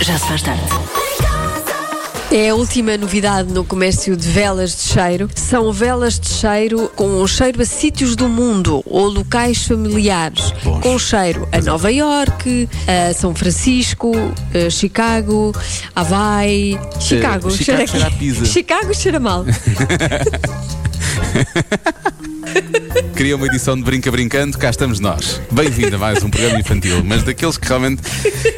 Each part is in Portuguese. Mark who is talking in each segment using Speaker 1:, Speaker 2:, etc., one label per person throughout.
Speaker 1: Já se faz tarde.
Speaker 2: É a última novidade no comércio de velas de cheiro. São velas de cheiro com um cheiro a sítios do mundo ou locais familiares.
Speaker 3: Bons.
Speaker 2: Com cheiro a Nova York, a São Francisco, a Chicago, Hawaii. Eh, Chicago,
Speaker 3: Chicago
Speaker 2: a
Speaker 3: cheira a
Speaker 2: quê?
Speaker 3: pizza.
Speaker 2: Chicago cheira mal.
Speaker 3: Cria uma edição de Brinca Brincando, cá estamos nós. Bem-vindo a mais um programa infantil, mas daqueles que realmente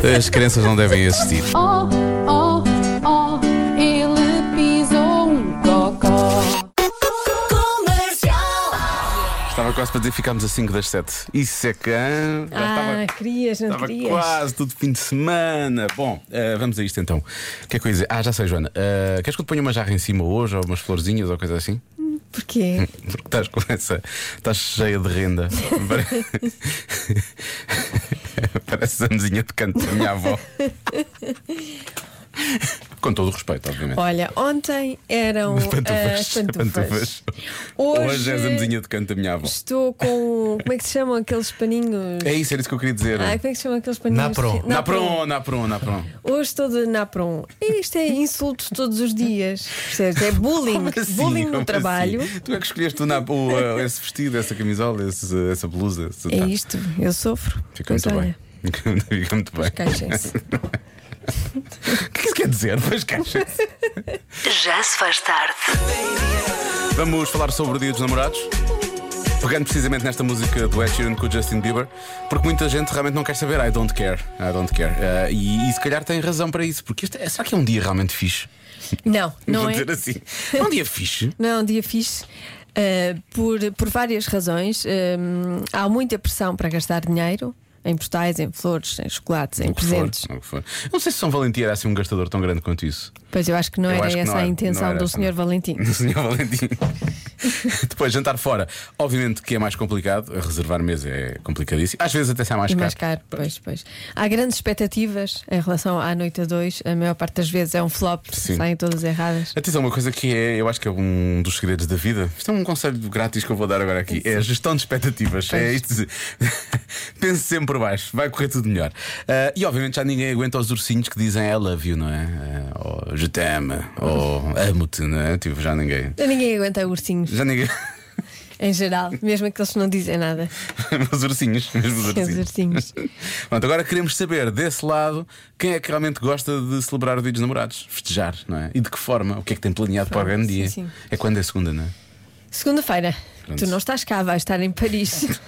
Speaker 3: eh, as crianças não devem assistir.
Speaker 4: Oh, oh, oh, ele pisou um cocó.
Speaker 3: Estava quase para dizer ficámos a 5 das 7. Isso é que. hã? Já
Speaker 2: Ah, querias, não
Speaker 3: estava
Speaker 2: querias?
Speaker 3: quase todo fim de semana. Bom, eh, vamos a isto então. O que é que eu ia dizer? Ah, já sei, Joana. Eh, queres que eu te ponha uma jarra em cima hoje, ou umas florzinhas, ou coisa assim?
Speaker 2: Porquê?
Speaker 3: Porque estás com essa. Estás cheia de renda. Pare- Parece a mesinha de canto da minha avó. Com todo o respeito, obviamente.
Speaker 2: Olha, ontem eram
Speaker 3: Pantufas,
Speaker 2: as pantufas.
Speaker 3: pantufas.
Speaker 2: eh, Hoje,
Speaker 3: Hoje é és a mesinha de canto da minha avó.
Speaker 2: estou com. Como é que se chamam aqueles paninhos?
Speaker 3: É isso, era isso que eu queria dizer.
Speaker 2: Ai, como é que se chamam aqueles paninhos?
Speaker 5: Napron.
Speaker 3: Napron, napron, napron.
Speaker 2: Hoje estou de napron. Isto é insultos todos os dias. Percebes? É bullying.
Speaker 3: Como assim?
Speaker 2: bullying
Speaker 3: Como
Speaker 2: no trabalho.
Speaker 3: assim? Tu é que escolheste o nap- o, eh, esse vestido, essa camisola, esse, eh, essa blusa. esse-
Speaker 2: É
Speaker 3: tá.
Speaker 2: isto. Eu sofro.
Speaker 3: Fica muito bem. Fica muito bem.
Speaker 2: Queixem-se.
Speaker 3: O que isso quer dizer? Pois queixas.
Speaker 1: Já se faz tarde.
Speaker 3: Vamos falar sobre o Dia dos Namorados. Pegando precisamente nesta música do Ed Sheeran com o Justin Bieber, porque muita gente realmente não quer saber I don't care, I don't care. Eh, e, e se calhar tem razão para isso, porque este, é- será que é um dia realmente fixe?
Speaker 2: Não, não
Speaker 3: Vou
Speaker 2: é.
Speaker 3: dizer assim. É um dia fixe.
Speaker 2: Não é um dia fixe. uh, por, por várias razões. Um, há muita pressão para gastar dinheiro em postais, em flores, em chocolates, em
Speaker 3: O que for,
Speaker 2: presentes.
Speaker 3: o que for. Eu Não sei se São Valentim era assim um gastador tão grande quanto isso.
Speaker 2: Pois eu acho que não
Speaker 3: Eu
Speaker 2: era
Speaker 3: acho que
Speaker 2: essa
Speaker 3: não
Speaker 2: a
Speaker 3: era- não
Speaker 2: intenção
Speaker 3: era
Speaker 2: do
Speaker 3: essa,
Speaker 2: Sr.
Speaker 3: não.
Speaker 2: Valentim.
Speaker 3: do Sr. Valentim. Depois, jantar fora. Obviamente que é mais complicado. Reservar mesa é complicadíssimo. Às vezes até sai mais
Speaker 2: E
Speaker 3: caro.
Speaker 2: mais caro, pois, pois. Há grandes expectativas em relação à noite a dois. A maior parte das vezes é um flop,
Speaker 3: Sim.
Speaker 2: saem todas erradas.
Speaker 3: Atenção, uma coisa que é, eu acho que é um dos segredos da vida. Isto é um conselho grátis que eu vou dar agora aqui. É a gestão de expectativas. É isto. de- Pense sempre por baixo, vai correr tudo melhor. Ah, e obviamente já ninguém aguenta os ursinhos que dizem I love you, não é? Ah, ou je t'aime, ou amo-te, não é? Tipo, já ninguém.
Speaker 2: Já Ninguém aguenta ursinhos,
Speaker 3: Já ninguém.
Speaker 2: em geral, mesmo que eles não dizem nada.
Speaker 3: os ursinhos, mesmo os
Speaker 2: Sim, os
Speaker 3: ursinhos.
Speaker 2: ursinhos.
Speaker 3: Pronto, agora queremos saber desse lado quem é que realmente gosta de celebrar o Dia dos Namorados, festejar, não é? E de que forma? O que é que tem planeado para o grande
Speaker 2: sim,
Speaker 3: dia?
Speaker 2: sim.
Speaker 3: É quando é segunda, não é?
Speaker 2: Segunda-feira,
Speaker 3: Pronto.
Speaker 2: tu não estás cá, vais estar em Paris.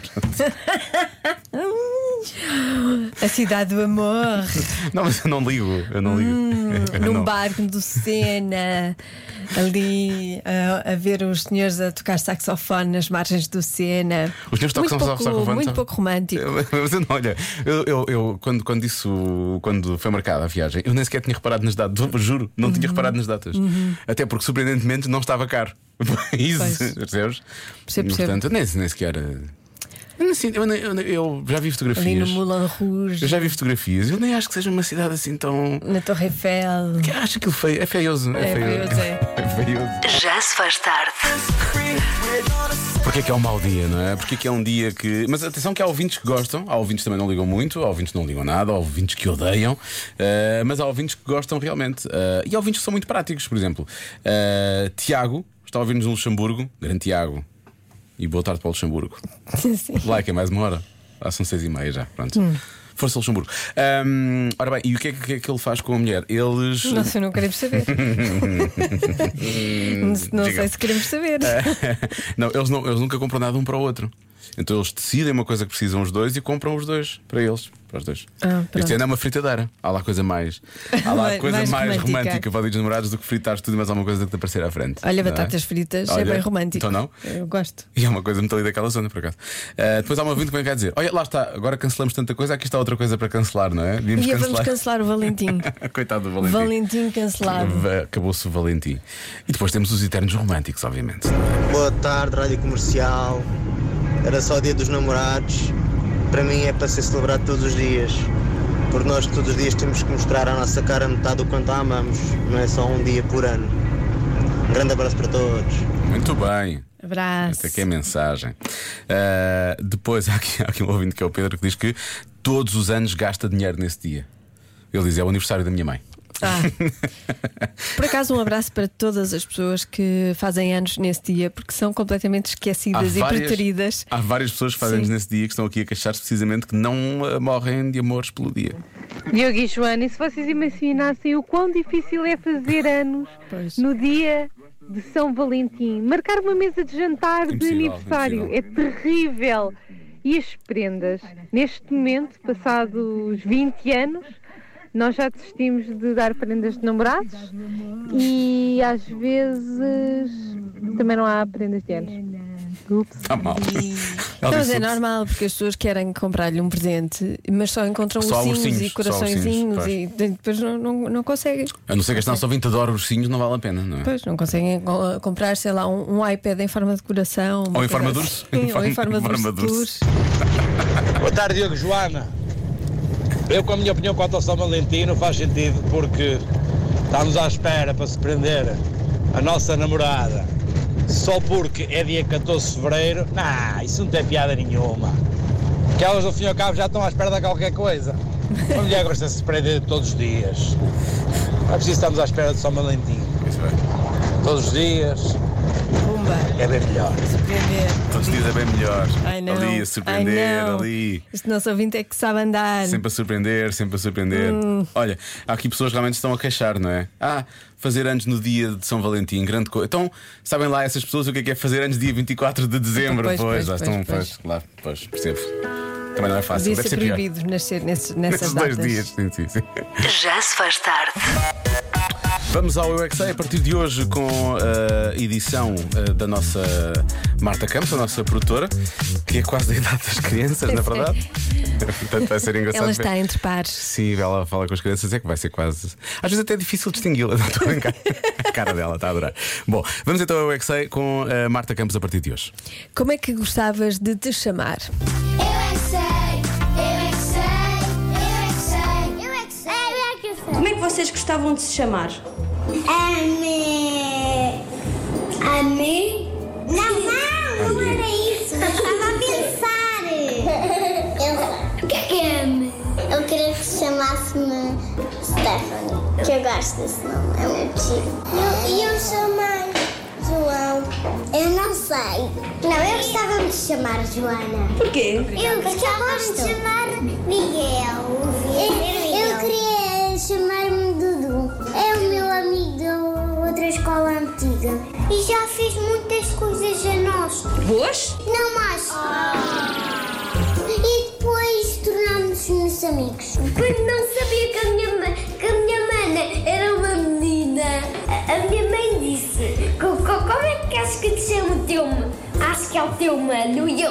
Speaker 2: a cidade do amor,
Speaker 3: Não, mas eu não ligo, eu não ligo. Eu
Speaker 2: Hum, num
Speaker 3: não.
Speaker 2: barco do Sena, ali a, a ver os senhores a tocar saxofone nas margens do Sena.
Speaker 3: Os senhores tocam
Speaker 2: muito
Speaker 3: só-
Speaker 2: pouco,
Speaker 3: só com o
Speaker 2: Muito
Speaker 3: vento?
Speaker 2: pouco romântico.
Speaker 3: Eu- Mas eu não, olha, eu, eu, eu- quando, quando isso quando foi marcada a viagem, eu nem sequer tinha reparado nas datas, juro, não
Speaker 2: Uhum.
Speaker 3: tinha reparado nas datas. Até porque surpreendentemente não estava caro. Isso,
Speaker 2: Pois.
Speaker 3: percebes?
Speaker 2: Percebo,
Speaker 3: Portanto, nem, nem sequer. eh, Eu, nem sinto- eu nem- eu nem- eu já vi
Speaker 2: Ali no
Speaker 3: fotografias.
Speaker 2: Moulin
Speaker 3: Eu
Speaker 2: Rouge,
Speaker 3: já vi fotografias. Eu nem acho que seja uma cidade assim tão.
Speaker 2: na Torre Eiffel.
Speaker 3: Que Acho aquilo feio. É feioso.
Speaker 2: É feioso, é.
Speaker 3: É feioso.
Speaker 1: Já se faz tarde.
Speaker 3: Porque é que é um mau dia, não é? Porque é que é um dia que. Mas atenção que há ouvintes que gostam, há ouvintes que também não ligam muito, há ouvintes que não ligam nada, há ouvintes que odeiam, eh, mas há ouvintes que gostam realmente. Eh, e há ouvintes que são muito práticos, por exemplo. eh, Tiago, está a ouvir-nos no Luxemburgo, grande Tiago. E boa tarde para o Luxemburgo.
Speaker 2: Sim. Hum.
Speaker 3: Like é mais uma hora. Ah, são seis e meia já, pronto. Força Luxemburgo. Ahm, ora bem, e o que é que, que é que ele faz com a mulher? Eles.
Speaker 2: Nossa, não queremos saber. não não
Speaker 3: Hum, diga. É.
Speaker 2: sei se queremos saber.
Speaker 3: não, eles não, eles nunca compram nada um para o outro. Então eles decidem uma coisa que precisam os dois e compram os dois para eles. Para os dois.
Speaker 2: Ah, pronto.
Speaker 3: este ano é uma fritadeira. Há lá coisa mais. Há lá
Speaker 2: Mais-
Speaker 3: coisa mais,
Speaker 2: mais
Speaker 3: romântica.
Speaker 2: romântica.
Speaker 3: para os namorados do que fritares tudo e mais alguma coisa que te aparecer à frente.
Speaker 2: Olha,
Speaker 3: não é?
Speaker 2: batatas fritas é
Speaker 3: Olha,
Speaker 2: bem romântico.
Speaker 3: Então não?
Speaker 2: Eu gosto.
Speaker 3: E é uma coisa muito ali daquela zona, por acaso. Ah, depois há uma ouvinte que vem cá dizer: Olha, lá está, agora cancelamos tanta coisa, aqui está outra coisa para cancelar, não é? Devíamos
Speaker 2: E vamos cancelar o Valentim.
Speaker 3: Coitado do Valentim.
Speaker 2: Valentim cancelado.
Speaker 3: Va- Acabou-se o Valentim. E depois temos os eternos românticos, obviamente.
Speaker 6: Boa tarde, Rádio Comercial. Era só dia dos namorados. Para mim é para ser celebrado todos os dias. Porque nós todos os dias temos que mostrar à nossa cara metade do quanto a amamos. Não é só um dia por ano. Um grande abraço para todos.
Speaker 3: Muito bem.
Speaker 2: Abraço.
Speaker 3: Esta aqui é a mensagem. Ah, depois há aqui, há aqui um ouvinte que é o Pedro que diz que todos os anos gasta dinheiro nesse dia. Ele diz: é o aniversário da minha mãe.
Speaker 2: Ah. Por acaso, um abraço para todas as pessoas que fazem anos nesse dia, porque são completamente esquecidas e preteridas.
Speaker 3: há várias pessoas que fazem anos
Speaker 2: Sim.
Speaker 3: nesse dia que estão aqui a queixar-se precisamente que não eh, morrem de amores pelo dia.
Speaker 7: Diogo e Joana, e se vocês imaginassem o quão difícil é fazer anos
Speaker 2: Pois.
Speaker 7: no dia de São Valentim, marcar uma mesa de jantar de
Speaker 3: Impossível,
Speaker 7: aniversário é terrível. E as prendas? Neste momento, passados 20 anos, nós já desistimos de dar prendas de namorados e às vezes também não há prendas de anos. Ups.
Speaker 3: Está mal. Ela
Speaker 2: Não, mas
Speaker 3: disse
Speaker 2: é
Speaker 3: tudo.
Speaker 2: normal, porque as pessoas querem comprar-lhe um presente, mas só encontram
Speaker 3: Só
Speaker 2: ursinhos,
Speaker 3: ursinhos,
Speaker 2: e
Speaker 3: só
Speaker 2: coraçõezinhos
Speaker 3: ursinhos,
Speaker 2: e depois não, não, não conseguem.
Speaker 3: A não ser gastar só 20 dólares ursinhos, não vale a pena, não é?
Speaker 2: Pois, não conseguem co- comprar, sei lá, um, um iPad em forma de coração. uma
Speaker 3: Ou em forma
Speaker 2: coisa
Speaker 3: de urso.
Speaker 2: assim. Sim, Ou em forma de urso. de urso.
Speaker 8: Boa tarde, Diogo e Joana. Eu, com a minha opinião quanto ao São Valentim, não faz sentido porque estamos à espera para se prender a nossa namorada só porque é dia 14 de fevereiro. Não, isso não tem piada nenhuma. Que elas, no fim e ao cabo, já estão à espera de qualquer coisa. A mulher gosta de se prender todos os dias. Não é preciso estarmos à espera de São Valentim.
Speaker 3: Pois bem.
Speaker 8: Todos os dias
Speaker 2: Pumba,
Speaker 8: é bem melhor.
Speaker 2: surpreender.
Speaker 3: Todos os dias é bem melhor.
Speaker 2: Ai, não.
Speaker 3: Ali a surpreender,
Speaker 2: Ai, não.
Speaker 3: ali.
Speaker 2: Este nosso ouvinte é que sabe andar.
Speaker 3: Sempre a surpreender, sempre a surpreender.
Speaker 2: Hum.
Speaker 3: Olha, há aqui pessoas que realmente estão a queixar, não é? Ah, fazer anos no dia de São Valentim, grande coisa. Então, sabem lá essas pessoas o que é que é fazer anos dia 24 de dezembro?
Speaker 2: Pois, pois,
Speaker 3: lá
Speaker 2: pois,
Speaker 3: estão,
Speaker 2: pois.
Speaker 3: pois, lá, pois, percebo. Também não é fácil,
Speaker 2: Devia
Speaker 3: deve
Speaker 2: ser,
Speaker 3: ser pior.
Speaker 2: proibido nascer nesse, nessas
Speaker 3: Esses dois
Speaker 2: datas.
Speaker 3: dias, sim, sim, sim.
Speaker 9: Já se faz tarde.
Speaker 3: Vamos ao Eu é Que Sei, a partir de hoje com a edição eh, da nossa Marta Campos, a nossa produtora, que é quase da idade das crianças, na verdade. Portanto, vai ser engraçado.
Speaker 2: Ela
Speaker 3: ver.
Speaker 2: está entre pares.
Speaker 3: Sim, ela fala com as crianças, é que vai ser quase. Às vezes até é difícil distingui-la. Não, estou a brincar. a cara dela está a adorar. Bom, vamos então ao UXA com a Marta Campos a partir de hoje.
Speaker 2: Como é que gostavas de te chamar?
Speaker 10: Eu é que sei, eu é que sei, eu é que sei, eu é que sei, eu é que sei, eu é que sei.
Speaker 11: Como é que vocês gostavam de se chamar?
Speaker 10: Amém. Amém? Não, não, não era isso. Eu estava a pensar. O que é que é amém? Eu queria que se chamasse-me Stephanie, que eu gosto desse nome, é muito giro. E eu, chamei João. Eu não sei. Não, eu gostava de chamar Joana.
Speaker 11: Porquê?
Speaker 10: Eu gostava de chamar Miguel. Eu, eu queria chamar-me Dudu. É o meu amigo da outra escola antiga. E já fez muitas coisas a nós.
Speaker 11: Boas?
Speaker 10: Não mais. E depois tornámos-nos amigos. Pois não sabia que a minha mãe, que a minha mana era uma menina. A, a minha mãe disse: "Co- co- Como é que achas que te chama o teu mano? Acho que é o teu mano e eu,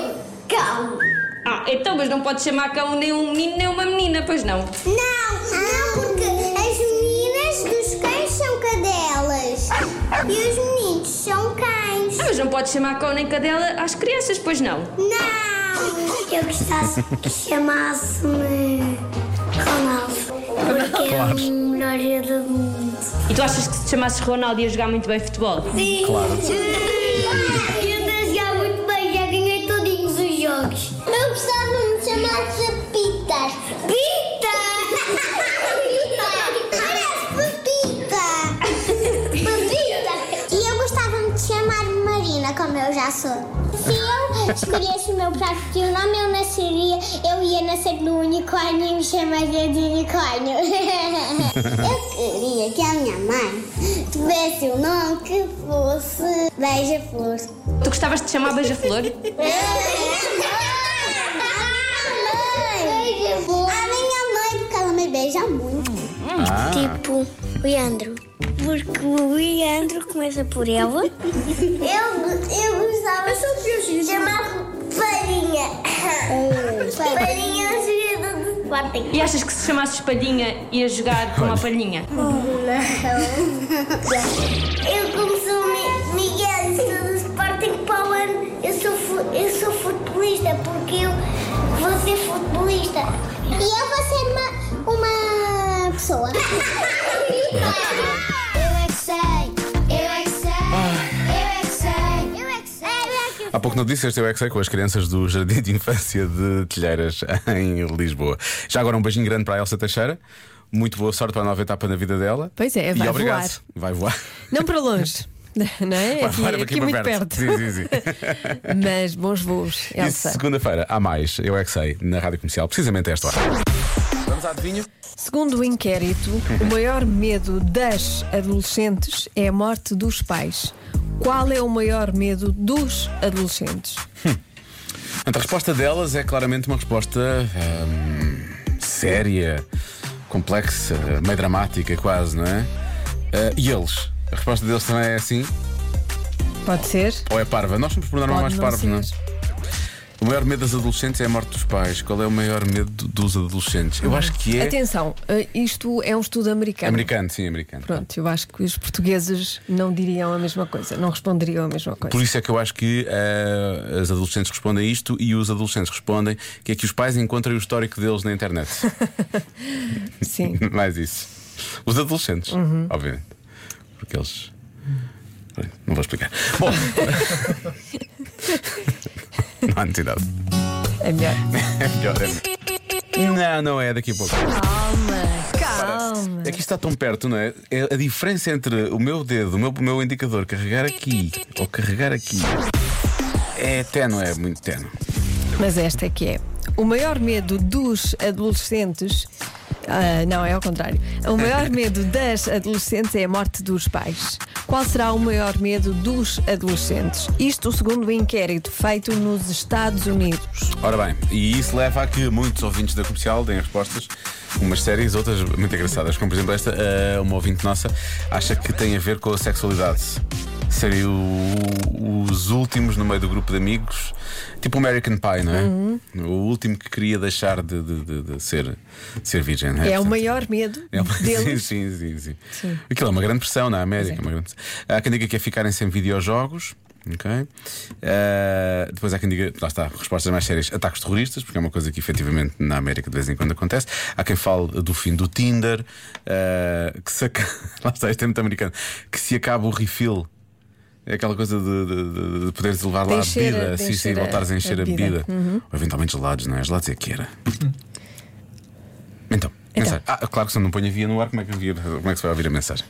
Speaker 10: cão.
Speaker 11: Ah, então, mas não pode chamar cão nem um menino nem uma menina, pois não?
Speaker 10: Não, não, porque as meninas dos cães são cadelas e os meninos são cães.
Speaker 11: Ah, mas não pode chamar cão nem cadela às crianças, pois não?
Speaker 10: Não! Eu gostasse que chamasse-me Ronaldo, porque é o melhor jogador do mundo.
Speaker 11: E tu achas que se te chamasses Ronaldo ia jogar muito bem futebol?
Speaker 10: Sim! Ah, Eu ainda jogar muito bem, já ganhei todos os jogos. Eu gostava de me chamar Pita. Pita! Pita! Parece Pepita! Pepita! E eu gostava de chamar Marina, como eu já sou. Se eu escolhesse o meu próprio nome, eu nasceria, eu ia nascer no unicórnio e me chamaria de unicórnio. eu queria que a minha mãe tivesse um nome que fosse beija-flor.
Speaker 11: Tu gostavas de te chamar Beija-Flor?
Speaker 10: Beija-flor. A minha mãe, porque ela me beija muito. Tipo, Leandro. Porque o Leandro começa por ela. Eu, eu gostava de chamar farinha. Farinha é um jogador de Sporting.
Speaker 11: E achas que se chamasses Palhinha ia jogar com a Palhinha?
Speaker 10: Eu como sou Mi- Miguel e sou do Sporting para o ano, eu sou, fu- eu sou futebolista porque eu vou ser futebolista. E eu vou ser uma, uma pessoa. eu é que sei, eu é que sei, eu é que sei, eu é que
Speaker 3: Há pouco não disse, este é o UXA com as crianças do Jardim de Infância de Telheiras, em Lisboa. Já agora um beijinho grande para a Elsa Teixeira. Muito boa sorte para a nova etapa na vida dela.
Speaker 2: Pois é, vai
Speaker 3: e obrigado.
Speaker 2: voar.
Speaker 3: Vai voar.
Speaker 2: Não para longe. Não é?
Speaker 3: Vai
Speaker 2: Aqui,
Speaker 3: voar
Speaker 2: aqui muito perto.
Speaker 3: Sim, sim, sim.
Speaker 2: Mas bons voos,
Speaker 3: E
Speaker 2: Elsa.
Speaker 3: segunda-feira há mais, eu é que sei, na rádio comercial, precisamente a esta hora. Vamos à adivinha?
Speaker 2: Segundo o inquérito, o maior medo das adolescentes é a morte dos pais. Qual é o maior medo dos adolescentes?
Speaker 3: Portanto, a resposta delas é claramente uma resposta hum, séria, complexa, meio dramática, quase, não é? Ah, e eles? A resposta deles também é assim?
Speaker 2: Pode ser?
Speaker 3: Ou é parva? Nós somos por norma mais
Speaker 2: Pode não
Speaker 3: parvos, não é?
Speaker 2: ser.
Speaker 3: O maior medo das adolescentes é a morte dos pais. Qual é o maior medo do- dos adolescentes?
Speaker 2: Uhum.
Speaker 3: Eu acho que é.
Speaker 2: Atenção, eh, isto é um estudo americano.
Speaker 3: Americano, sim, americano.
Speaker 2: Pronto, eu acho que os portugueses não diriam a mesma coisa, não responderiam a mesma coisa.
Speaker 3: Por isso é que eu acho que eh, as adolescentes respondem a isto e os adolescentes respondem que é que os pais encontrem o histórico deles na internet.
Speaker 2: Sim.
Speaker 3: Mais isso. Os adolescentes, obviamente. Porque eles. Bem, Não vou explicar. Bom. não há necessidade.
Speaker 2: É melhor.
Speaker 3: É melhor. É... Não, não é daqui a pouco.
Speaker 2: Calma.
Speaker 3: É que isto está tão perto, não é? É A diferença entre o meu dedo, o meu, o meu indicador, carregar aqui ou carregar aqui, é ténue, é muito ténue.
Speaker 2: Mas esta é que é. O maior medo dos adolescentes. ah, não, é ao contrário. O maior medo das adolescentes é a morte dos pais. Qual será o maior medo dos adolescentes? Isto segundo o inquérito feito nos Estados Unidos.
Speaker 3: Ora bem, e isso leva a que muitos ouvintes da comercial deem respostas, umas sérias, outras muito engraçadas, como por exemplo esta, eh, uma ouvinte nossa acha que tem a ver com a sexualidade. Seria o- os últimos no meio do grupo de amigos, tipo American Pie, não é? O último que queria deixar de, de- de- de ser, de ser virgem, não é?
Speaker 2: É o
Speaker 3: Portanto,
Speaker 2: maior medo
Speaker 3: é uma- Sim,
Speaker 2: deles.
Speaker 3: sim, sim, sim. Aquilo é uma grande pressão na América. uma grande- Há quem diga que é ficarem sem videojogos. ok? Eh, depois há quem diga, lá está, respostas mais sérias, ataques terroristas, porque é uma coisa que efetivamente na América de vez em quando acontece. Há quem fale do fim do Tinder, eh, que se aca- lá está, isto é muito americano, que se acaba o refill. É aquela coisa de, de- de- de poderes levar lá
Speaker 2: encher a-
Speaker 3: a bebida,
Speaker 2: de
Speaker 3: sim, sim,
Speaker 2: encher a-
Speaker 3: voltares a encher a
Speaker 2: a
Speaker 3: bebida.
Speaker 2: bebida.
Speaker 3: Ou eventualmente gelados, não é? Gelados é que era. Então, mensagem. Ah, claro que se eu não ponho a via no ar, como é que, havia- como é que se vai ouvir a mensagem?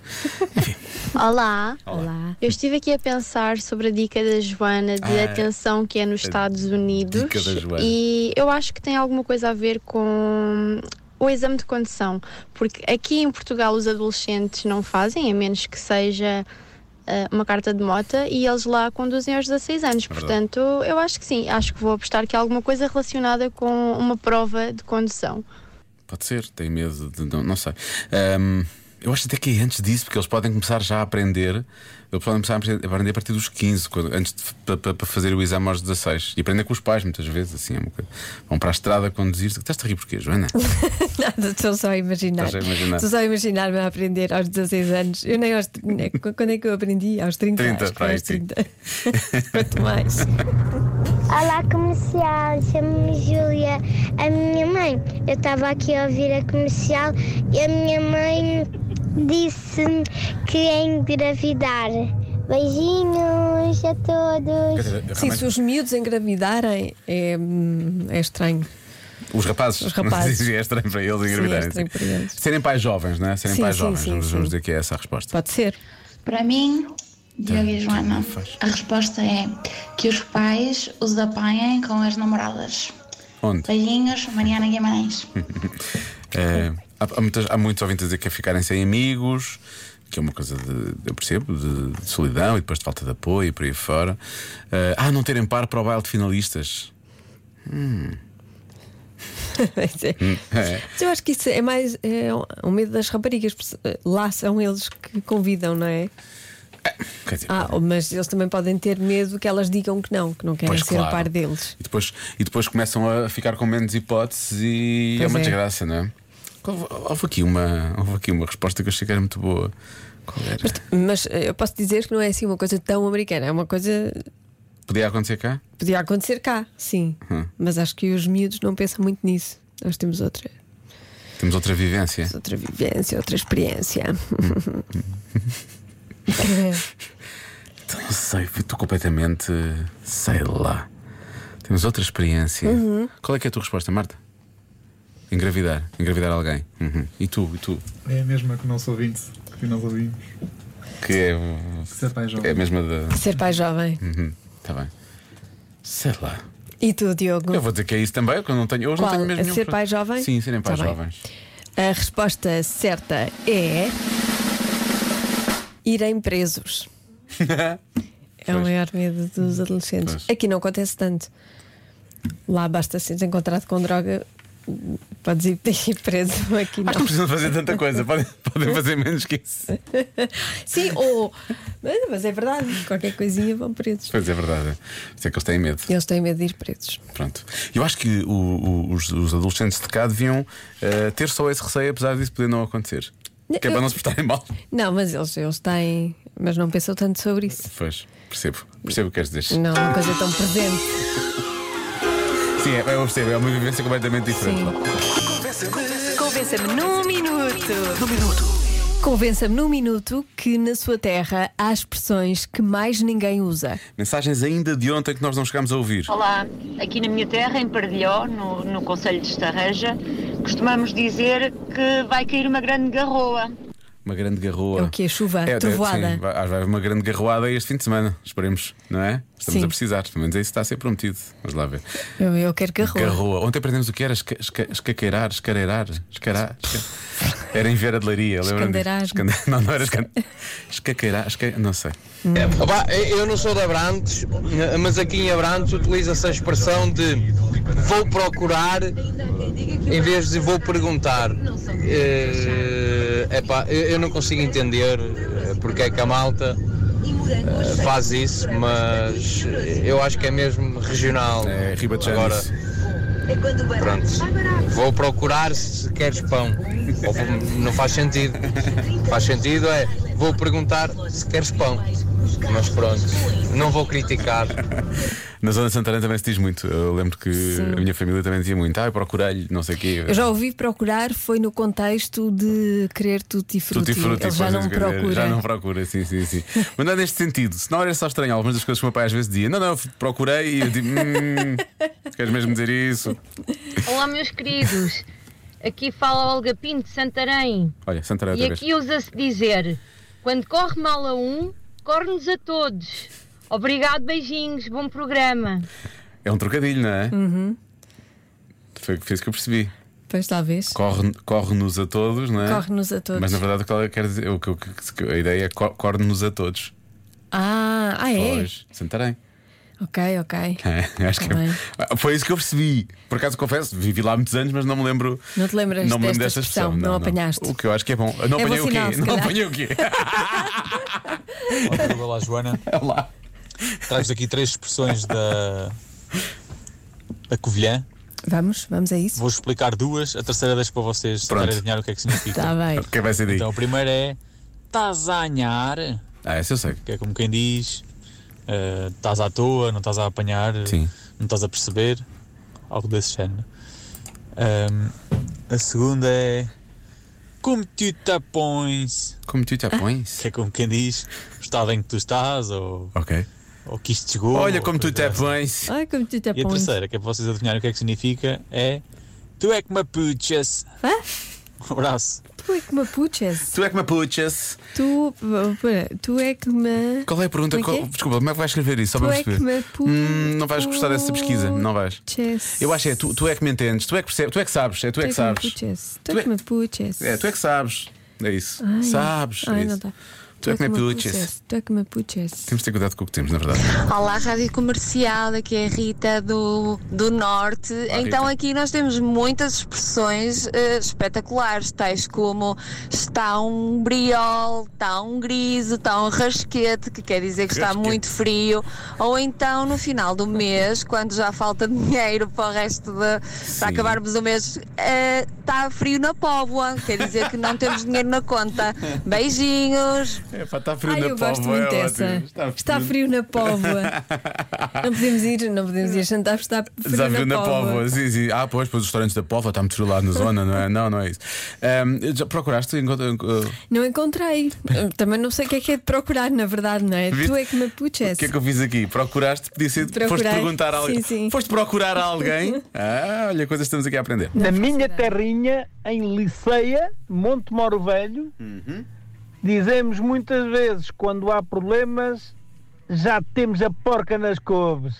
Speaker 4: Olá. Olá. Eu estive aqui a pensar sobre a dica da Joana de
Speaker 3: Ah,
Speaker 4: atenção que é nos
Speaker 3: a
Speaker 4: Estados Unidos.
Speaker 3: dica da Joana.
Speaker 4: E eu acho que tem alguma coisa a ver com o exame de condição, porque aqui em Portugal os adolescentes não fazem, a menos que seja ah, uma carta de mota e eles lá conduzem aos 16 anos.
Speaker 3: É verdade.
Speaker 4: Portanto, eu acho que sim, acho que vou apostar que é alguma coisa relacionada com uma prova de condução.
Speaker 3: Pode ser, tem medo de. Não, não sei. Ahm, eu acho até que é antes disso, porque eles podem começar já a aprender. Eles podem começar a aprender- a aprender a partir dos 15, quando- antes de, para, para- para fazer o exame aos 16. E aprender com os pais, muitas vezes, assim, é uma coisa. Vão para a estrada a conduzir. Estás a rir porquê, Joana?
Speaker 2: Nada, estou só a imaginar.
Speaker 3: Estás a imaginar.
Speaker 2: Estou só a imaginar-me a aprender aos 16 anos. Eu nem aos. né, qu- Quando é que eu aprendi? Aos 30.
Speaker 3: 30,
Speaker 2: acho que
Speaker 3: pá,
Speaker 2: aos
Speaker 3: sim.
Speaker 2: 30. Quanto mais.
Speaker 10: Olá, comercial. Chamo-me Júlia. A minha mãe, eu estava aqui a ouvir a comercial e a minha mãe disse que ia engravidar. Beijinhos a
Speaker 3: Quer
Speaker 10: todos.
Speaker 3: dizer,
Speaker 2: Sim, se
Speaker 3: realmente,
Speaker 2: os miúdos engravidarem é, hum, é estranho.
Speaker 3: os rapazes.
Speaker 2: os rapazes.
Speaker 3: Sim, é estranho para eles
Speaker 2: é
Speaker 3: engravidarem.
Speaker 2: estranho para eles.
Speaker 3: Serem pais jovens, não é? Serem
Speaker 2: Sim,
Speaker 3: pais
Speaker 2: sim,
Speaker 3: jovens.
Speaker 2: sim,
Speaker 3: vamos,
Speaker 2: sim.
Speaker 3: vamos dizer que é essa a resposta.
Speaker 2: Pode ser.
Speaker 12: Para mim, Diogo e Joana,
Speaker 3: Faz.
Speaker 12: a resposta é que os pais os apanhem com as namoradas.
Speaker 3: Onde?
Speaker 12: Beijinhos, Mariana Guimarães.
Speaker 3: É, há, há muitas- há muitos ouvintes a dizer que é ficarem sem amigos, que é uma coisa de, eu percebo, de, de solidão e depois de falta de apoio e por aí fora. Eh, ah, não terem par para o baile de finalistas.
Speaker 2: Mas é-
Speaker 3: É.
Speaker 2: Mas eu acho que isso é mais é o- o medo das raparigas. porque eh, Lá são eles que convidam, não é?
Speaker 3: Quer dizer,
Speaker 2: Ah, mas eles também podem ter medo que elas digam que não, que não querem
Speaker 3: Pois,
Speaker 2: ser
Speaker 3: claro.
Speaker 2: o par deles.
Speaker 3: e, depois, e depois começam a ficar com menos hipóteses e é
Speaker 2: Pois
Speaker 3: uma
Speaker 2: é.
Speaker 3: desgraça, não é? Houve, houve aqui uma, houve aqui uma resposta que eu achei que era muito boa. Qual era?
Speaker 2: Mas eh, eu posso dizer que não é assim uma coisa tão americana, é uma coisa.
Speaker 3: Podia acontecer cá?
Speaker 2: Podia acontecer cá, sim.
Speaker 3: Hum.
Speaker 2: Mas acho que os miúdos não pensam muito nisso. Nós temos outra,
Speaker 3: Temos outra vivência.
Speaker 2: outra vivência, outra experiência.
Speaker 3: Então, Não sei, estou completamente.
Speaker 2: Uhum.
Speaker 3: sei lá. Temos outra experiência. Qual é que é a tua resposta, Marta? Engravidar. Engravidar alguém. Uhum. E tu? E tu?
Speaker 13: É a mesma que o nosso ouvinte, que nós ouvimos.
Speaker 3: Que é.
Speaker 13: Ser pai jovem.
Speaker 3: É a mesma da.
Speaker 2: Ser pai jovem.
Speaker 3: Uhum. Tá bem. Sei lá.
Speaker 2: E tu, Diogo?
Speaker 3: Eu vou dizer que é isso também, porque eu não tenho. Hoje
Speaker 2: Qual?
Speaker 3: não tenho mesmo
Speaker 2: É
Speaker 3: nenhum
Speaker 2: ser
Speaker 3: pro-
Speaker 2: pai jovem?
Speaker 3: Sim, serem pais
Speaker 2: Tá bem.
Speaker 3: jovens.
Speaker 2: A resposta certa é. Irem presos. É o maior medo dos adolescentes. Aqui não acontece tanto. Lá basta seres encontrado com droga, podes ir, ir preso. Aqui
Speaker 3: Acho que não
Speaker 2: não.
Speaker 3: precisam fazer tanta coisa, podem, podem fazer menos que isso.
Speaker 2: Sim, ou. Mas, mas é verdade, qualquer coisinha vão presos.
Speaker 3: Pois é verdade. Isso é que eles têm medo.
Speaker 2: Eles têm medo de ir presos.
Speaker 3: Pronto. Eu acho que o- o- os, os adolescentes de cá deviam eh, ter só esse receio, apesar disso poder não acontecer.
Speaker 2: Não,
Speaker 3: Que é para
Speaker 2: eu-
Speaker 3: não se portarem mal.
Speaker 2: Não, mas eles, eles têm. Mas não pensou tanto sobre isso.
Speaker 3: Pois, percebo. Percebo o que queres dizer.
Speaker 2: Não, é uma coisa tão presente.
Speaker 3: Sim, é, eu percebo. É uma vivência completamente diferente.
Speaker 2: Convença-me num minuto. Num minuto. Convença-me num minuto que na sua terra há expressões que mais ninguém usa.
Speaker 3: Mensagens ainda de ontem que nós não chegámos a ouvir.
Speaker 14: Olá, aqui na minha terra, em Perdió, no, no Conselho de Estarreja, costumamos dizer que vai cair uma grande garroa.
Speaker 3: Uma grande garroa.
Speaker 2: É o quê? Chuva?
Speaker 3: É, é,
Speaker 2: Trovoada?
Speaker 3: Sim, vai, acho que vai haver uma grande garroada este fim de semana, esperemos, não é? Estamos
Speaker 2: Sim.
Speaker 3: a precisar, pelo menos é isso que está a ser prometido. Vamos lá ver.
Speaker 2: Eu, eu quero garroa.
Speaker 3: Garroa. Ontem aprendemos o que era esca, esca, escaqueirar, escareirar, escará. esca- Era em Vera de Leiria, lembram?
Speaker 2: Escanderar.
Speaker 3: Não, não era escan... escaqueirar, esca... não sei.
Speaker 8: É. Opa, eu eu não sou de Abrantes, mas aqui em Abrantes utiliza-se a expressão de vou procurar em vez de vou perguntar. Eh, epá, eu eu não consigo entender eh, porque é que a malta eh, faz isso, mas eu acho que é mesmo regional. É, Agora, pronto, vou procurar se queres pão. Ou vou- não faz sentido. Faz sentido é, vou perguntar se queres pão. Mas pronto, não vou criticar.
Speaker 3: Na zona de Santarém também se diz muito. Eu lembro que a minha família também dizia muito. Ah, eu procurei-lhe, não sei o quê.
Speaker 2: Eu já ouvi procurar, foi no contexto de querer tutti-frutti.
Speaker 3: Tutti-frutti,
Speaker 2: Ele já
Speaker 3: pois,
Speaker 2: não
Speaker 3: quer dizer,
Speaker 2: procura.
Speaker 3: Já não procura, sim, sim, sim. Mas não é neste sentido. Se não era só estranho, algumas das coisas que o meu pai às vezes dizia, não, não, eu procurei e eu digo, hum, tu queres mesmo dizer isso?
Speaker 1: Olá, meus queridos. Aqui fala Olga Pinto de Santarém.
Speaker 3: Olha, Santarém
Speaker 1: E
Speaker 3: outra vez.
Speaker 1: aqui usa-se dizer: quando corre mal a um, corre-nos a todos. Obrigado, beijinhos, bom programa.
Speaker 3: É um trocadilho, não é?
Speaker 2: Uhum.
Speaker 3: Foi, foi isso que eu percebi.
Speaker 2: Pois talvez.
Speaker 3: Corre- Corre-nos a todos, não é?
Speaker 2: Corre-nos a todos.
Speaker 3: Mas na verdade o que ela quer dizer, o que- o que- a ideia é cor- corre-nos a todos.
Speaker 2: Ah, ah, é?
Speaker 3: Pois, Santarém.
Speaker 2: Ok, ok.
Speaker 3: É, acho que
Speaker 2: Tá bem.
Speaker 3: é- foi isso que eu percebi. Por acaso confesso, vivi lá há muitos anos, mas não me lembro.
Speaker 2: Não te lembras
Speaker 3: não me lembro
Speaker 2: desta
Speaker 3: dessa
Speaker 2: expressão,
Speaker 3: expressão.
Speaker 2: não apanhaste.
Speaker 3: O que eu acho que é bom. Não
Speaker 2: É bom
Speaker 3: apanhei o quê?
Speaker 2: sinal, se
Speaker 3: não
Speaker 2: calhar.
Speaker 3: apanhei o quê?
Speaker 15: Olá, Diogo, olá, Joana.
Speaker 3: Olá.
Speaker 15: Trago-vos aqui três expressões da. da Covilhã.
Speaker 2: Vamos, vamos a isso.
Speaker 15: Vou explicar duas, a terceira deixo para vocês tentarem adivinhar o que é que significa.
Speaker 2: Tá bem.
Speaker 3: Que vai ser daí?
Speaker 15: Então, a primeira é. Estás a anhar.
Speaker 3: Ah, essa eu sei.
Speaker 15: Que é como quem diz. eh, Estás à toa, não estás a apanhar. Não estás a perceber. Algo desse género. Ahm, a segunda é. Como tu te apões?
Speaker 3: Como tu te apões?
Speaker 15: Que é como quem diz o estado em que tu estás ou, ou que isto chegou.
Speaker 3: Olha
Speaker 15: ou
Speaker 3: como tu
Speaker 15: coisa
Speaker 3: te
Speaker 15: assim.
Speaker 3: apões.
Speaker 2: Ai, como tu te
Speaker 15: E a
Speaker 2: apões.
Speaker 15: terceira, que é para vocês adivinharem o que é que significa, é Tu é que me apuchas. Um abraço.
Speaker 2: Tu é que me puxas.
Speaker 3: Tu é que me apuchas.
Speaker 2: Tu, pera, tu é que me.
Speaker 3: Qual é a pergunta?
Speaker 2: Como é que é?
Speaker 3: Qual- desculpa, como é que vais escrever isso? Só
Speaker 2: Tu
Speaker 3: para
Speaker 2: é que
Speaker 3: perceber.
Speaker 2: me apu-
Speaker 3: Hum, não vais gostar dessa pesquisa, não vais.
Speaker 2: Puches.
Speaker 3: Eu acho que é tu, tu é que me entendes, tu é que percebes, tu é que sabes, é tu é que
Speaker 2: me
Speaker 3: sabes.
Speaker 2: puxas. Tu é que me puxas.
Speaker 3: É, tu é que sabes. É isso.
Speaker 2: Ai,
Speaker 3: Sabes.
Speaker 2: ai,
Speaker 3: é
Speaker 2: não tá.
Speaker 3: isso.
Speaker 2: dá.
Speaker 3: Tu é que me apuchas.
Speaker 2: Tu é que me puxas.
Speaker 3: Temos de ter cuidado com o que temos, na verdade.
Speaker 16: Olá, Rádio Comercial, aqui é a Rita do, do Norte. então,
Speaker 3: Rita.
Speaker 16: aqui nós temos muitas expressões eh, espetaculares, tais como está um briol, está um griso, está um rasquete, que quer dizer que está
Speaker 17: Rasquete.
Speaker 16: muito frio, ou então no final do mês, quando já falta dinheiro para o resto de. para acabarmos o mês, eh, está frio na póvoa, quer dizer que não temos dinheiro na conta. Beijinhos!
Speaker 3: É pá, está frio
Speaker 2: Ai,
Speaker 3: na
Speaker 2: eu gosto
Speaker 3: Póvoa, é
Speaker 2: muito dessa.
Speaker 3: ótimo.
Speaker 2: Está, frio na póvoa. não podemos ir, não podemos ir a jantar, porque está frio,
Speaker 3: Está
Speaker 2: na,
Speaker 3: na
Speaker 2: póvoa.
Speaker 3: Póvoa, sim, sim. Ah, pois, pois os restaurantes da Póvoa está muito frio lá na zona, não é? Não, não é isso. Ahm, já procuraste? Encontra- eh,
Speaker 2: Não encontrei. Também não sei o que é que é de procurar, na verdade, não é?
Speaker 3: Viste?
Speaker 2: Tu é que me puxas.
Speaker 3: O que é que eu fiz aqui? Procuraste? Podia ser. Foste
Speaker 2: Procurei.
Speaker 3: perguntar a alguém.
Speaker 2: Sim, sim.
Speaker 3: Foste procurar a alguém? Ah, olha, coisas que estamos aqui a aprender.
Speaker 17: Na minha terrinha, em Liceia, Monte Moro Velho,
Speaker 3: Uhum.
Speaker 17: dizemos muitas vezes quando há problemas, já temos a porca nas couves.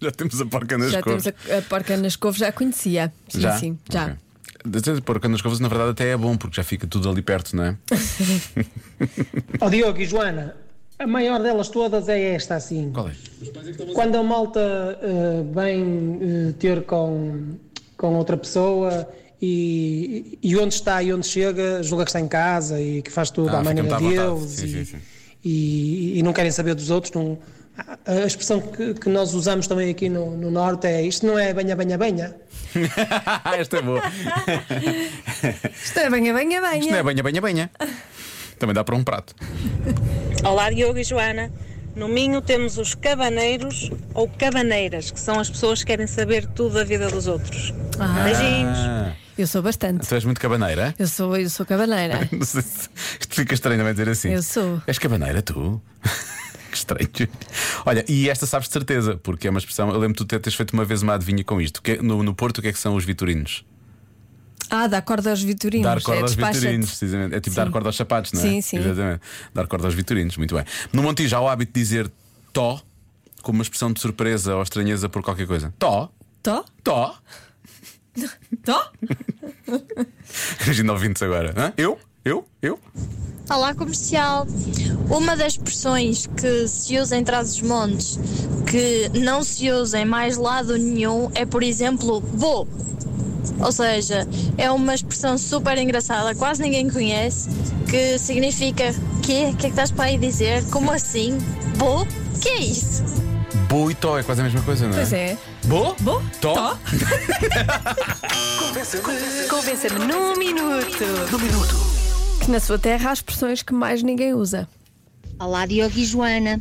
Speaker 3: Já temos a porca nas
Speaker 2: já
Speaker 3: covas.
Speaker 2: temos a, a porca nas couves, já a conhecia. Sim,
Speaker 3: Já?
Speaker 2: sim, já.
Speaker 3: A porca nas covas, na verdade, até é bom, porque já fica tudo ali perto, não é?
Speaker 18: Ó Oh, Diogo e Joana, a maior delas todas é esta assim.
Speaker 3: Qual é?
Speaker 18: Quando a malta eh, vem eh, ter com, com outra pessoa e, e onde está e onde chega, julga que está em casa e que faz
Speaker 3: Ah,
Speaker 18: tudo à maneira de Deus
Speaker 3: Sim, sim, sim.
Speaker 18: e, e não querem saber dos outros. Não, a- a expressão que, que nós usamos também aqui no, no Norte é isto não é banha, banha, banha.
Speaker 3: Esta é boa.
Speaker 2: Isto é banha, banha, banha.
Speaker 3: Isto não é banha, banha, banha. Também dá para um prato.
Speaker 19: Olá, Diogo e Joana. No Minho temos os cabaneiros ou cabaneiras, que são as pessoas que querem saber tudo da vida dos outros. Beijinhos.
Speaker 3: Ah,
Speaker 2: Eu sou bastante.
Speaker 3: tu és muito cabaneira?
Speaker 2: Eu sou, eu sou cabaneira.
Speaker 3: Não sei se- Isto fica estranho também dizer assim.
Speaker 2: Eu sou.
Speaker 3: És cabaneira, tu? que estranho. Olha, e esta sabes de certeza, porque é uma expressão. Eu lembro de tu ter- teres feito uma vez uma adivinha com isto. Que- no, no Porto, o que é que são os vitorinos?
Speaker 2: Ah, dá corda aos vitorinos.
Speaker 3: dar corda
Speaker 2: é,
Speaker 3: aos
Speaker 2: despacha-te.
Speaker 3: vitorinos, precisamente. É tipo dar
Speaker 2: Sim.
Speaker 3: corda aos sapatos, não é?
Speaker 2: Sim, sim.
Speaker 3: Exatamente. Dar corda aos vitorinos, muito bem. No Montijo há o hábito de dizer tó como uma expressão de surpresa ou estranheza por qualquer coisa. Tó,
Speaker 2: Tó?
Speaker 3: tó.
Speaker 2: Tó?
Speaker 3: Imagina ouvintes agora. Hã? Eu? Eu? Eu?
Speaker 20: Olá, comercial. Uma das expressões que se usa em Trás-os-Montes que não se usa em mais lado nenhum é, por exemplo, vou. Ou seja, é uma expressão super engraçada, quase ninguém conhece, que significa quê? O que é que estás para aí dizer? Como assim? Vou? Que é isso?
Speaker 3: Bo e tó é quase a mesma coisa, não é?
Speaker 20: Pois é.
Speaker 3: Bo?
Speaker 2: Bo?
Speaker 3: Tó?
Speaker 2: Convença-me num minuto. Num minuto. Que na sua terra há expressões que mais ninguém usa.
Speaker 21: Olá, Diogo e Joana.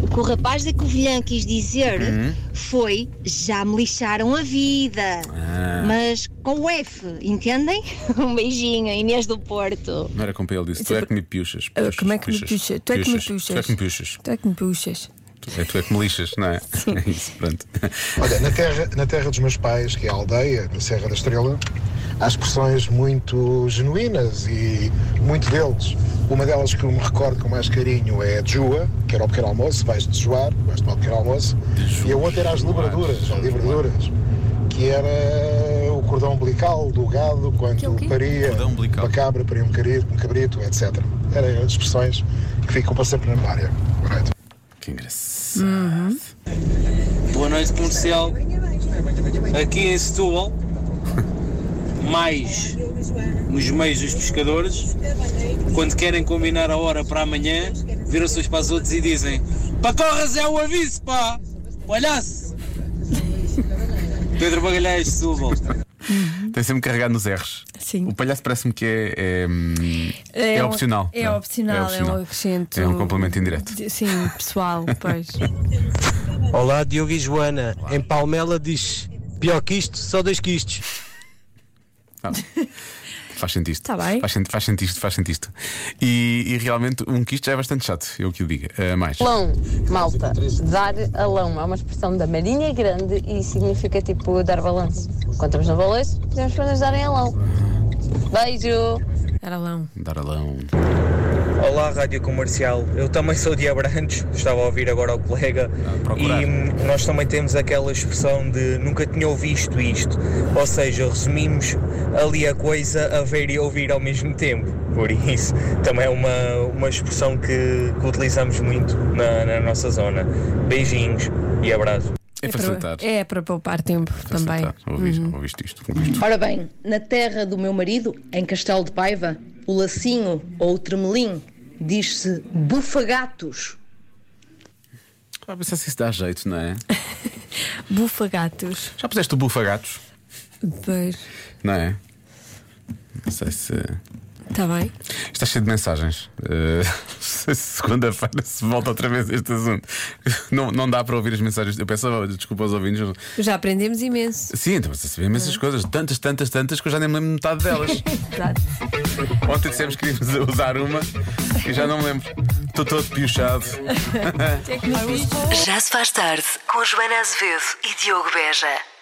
Speaker 21: O que o rapaz da Covilhã quis dizer
Speaker 3: Hum.
Speaker 21: foi já me lixaram a vida.
Speaker 3: Ah.
Speaker 21: Mas com o F, entendem? Um beijinho, Inês do Porto.
Speaker 3: Não era com P, ele disse: Tu é que me piuchas.
Speaker 21: Ah,
Speaker 3: Puxas,
Speaker 21: como é que me
Speaker 3: puxas,
Speaker 21: puxa? Tu é que me
Speaker 3: Tu é que me puxas.
Speaker 2: Tu é que me puxas.
Speaker 3: Tu é, tu é que me lixas, não é? É isso, pronto.
Speaker 22: Olha, É, na terra, na terra dos meus pais, que é a aldeia, na Serra da Estrela, há expressões muito genuínas e muito deles. Uma delas que eu me recordo com mais carinho é a Jua, que era o pequeno almoço, vais dejuar, vais tomar o pequeno almoço. E a outra era as libraduras, ou libraduras, que era o cordão umbilical do gado quando paria, uma cabra paria um cabrito, um cabrito etc. Eram expressões que ficam para sempre na memória.
Speaker 3: Que engraçado.
Speaker 23: Boa noite comercial. Aqui em Setúbal, mais nos meios dos pescadores, quando querem combinar a hora para amanhã, viram-se uns para os outros e dizem: Pacorras é o aviso, pá! Olhasse! Pedro Bagalhães, Setúbal.
Speaker 3: Tem sempre carregado nos R's.
Speaker 2: Sim.
Speaker 3: O palhaço parece-me que é. É, hum, é
Speaker 2: um-
Speaker 3: opcional.
Speaker 2: É,
Speaker 3: não é?
Speaker 2: opcional, é, um acrescento.
Speaker 3: É um complemento indireto.
Speaker 2: Sim, pessoal, pois.
Speaker 24: Olá, Diogo e Joana. Em Palmela diz pior que isto, só dois quistos.
Speaker 3: Ah, Faz sentido isto.
Speaker 2: Tá bem.
Speaker 3: Faz, sen- faz sentido isto, faz sentido isto. E, e realmente um quisto já é bastante chato, eu que o diga. Ah, mais.
Speaker 25: Alão, malta, dar alão é uma expressão da Marinha Grande e significa tipo dar balanço. Quando estamos no balanço, podemos para nos darem alão. Beijo!
Speaker 2: Dar alão.
Speaker 3: Dar alão.
Speaker 26: Olá, Rádio Comercial. Eu também sou de Abrantes, estava a ouvir agora o colega.
Speaker 3: procurar.
Speaker 26: e hum, nós também temos aquela expressão de nunca tinha ouvido isto. Ou seja, resumimos ali a coisa a ver e a ouvir ao mesmo tempo. Por isso, também é uma, uma expressão que, que utilizamos muito na, na nossa zona. Beijinhos e abraço.
Speaker 3: É facilitar.
Speaker 2: É para poupar tempo também.
Speaker 3: Ouviste, ouviste isto.
Speaker 27: Ora bem, na terra do meu marido, em Castelo de Paiva, o lacinho ou o tremelim diz-se bufagatos.
Speaker 3: Ah, pensar se isso dá jeito, não é?
Speaker 2: Bufa gatos.
Speaker 3: Já puseste o bufa gatos,
Speaker 2: Pois.
Speaker 3: não é? Não sei se.
Speaker 2: Está Tá bem.
Speaker 3: Está cheio de mensagens. Eh, Segunda-feira se volta outra vez este assunto. Não, não dá para ouvir as mensagens. Eu peço desculpa aos ouvintes.
Speaker 2: Já aprendemos imenso.
Speaker 3: Sim, então você sabe
Speaker 2: Ah.
Speaker 3: imensas coisas. Tantas, tantas, tantas que eu já nem me lembro metade delas.
Speaker 2: Exato.
Speaker 3: Ontem dissemos que íamos usar uma e já não me lembro. Estou todo piochado.
Speaker 1: Já se faz tarde com Joana Azevedo e Diogo Beja.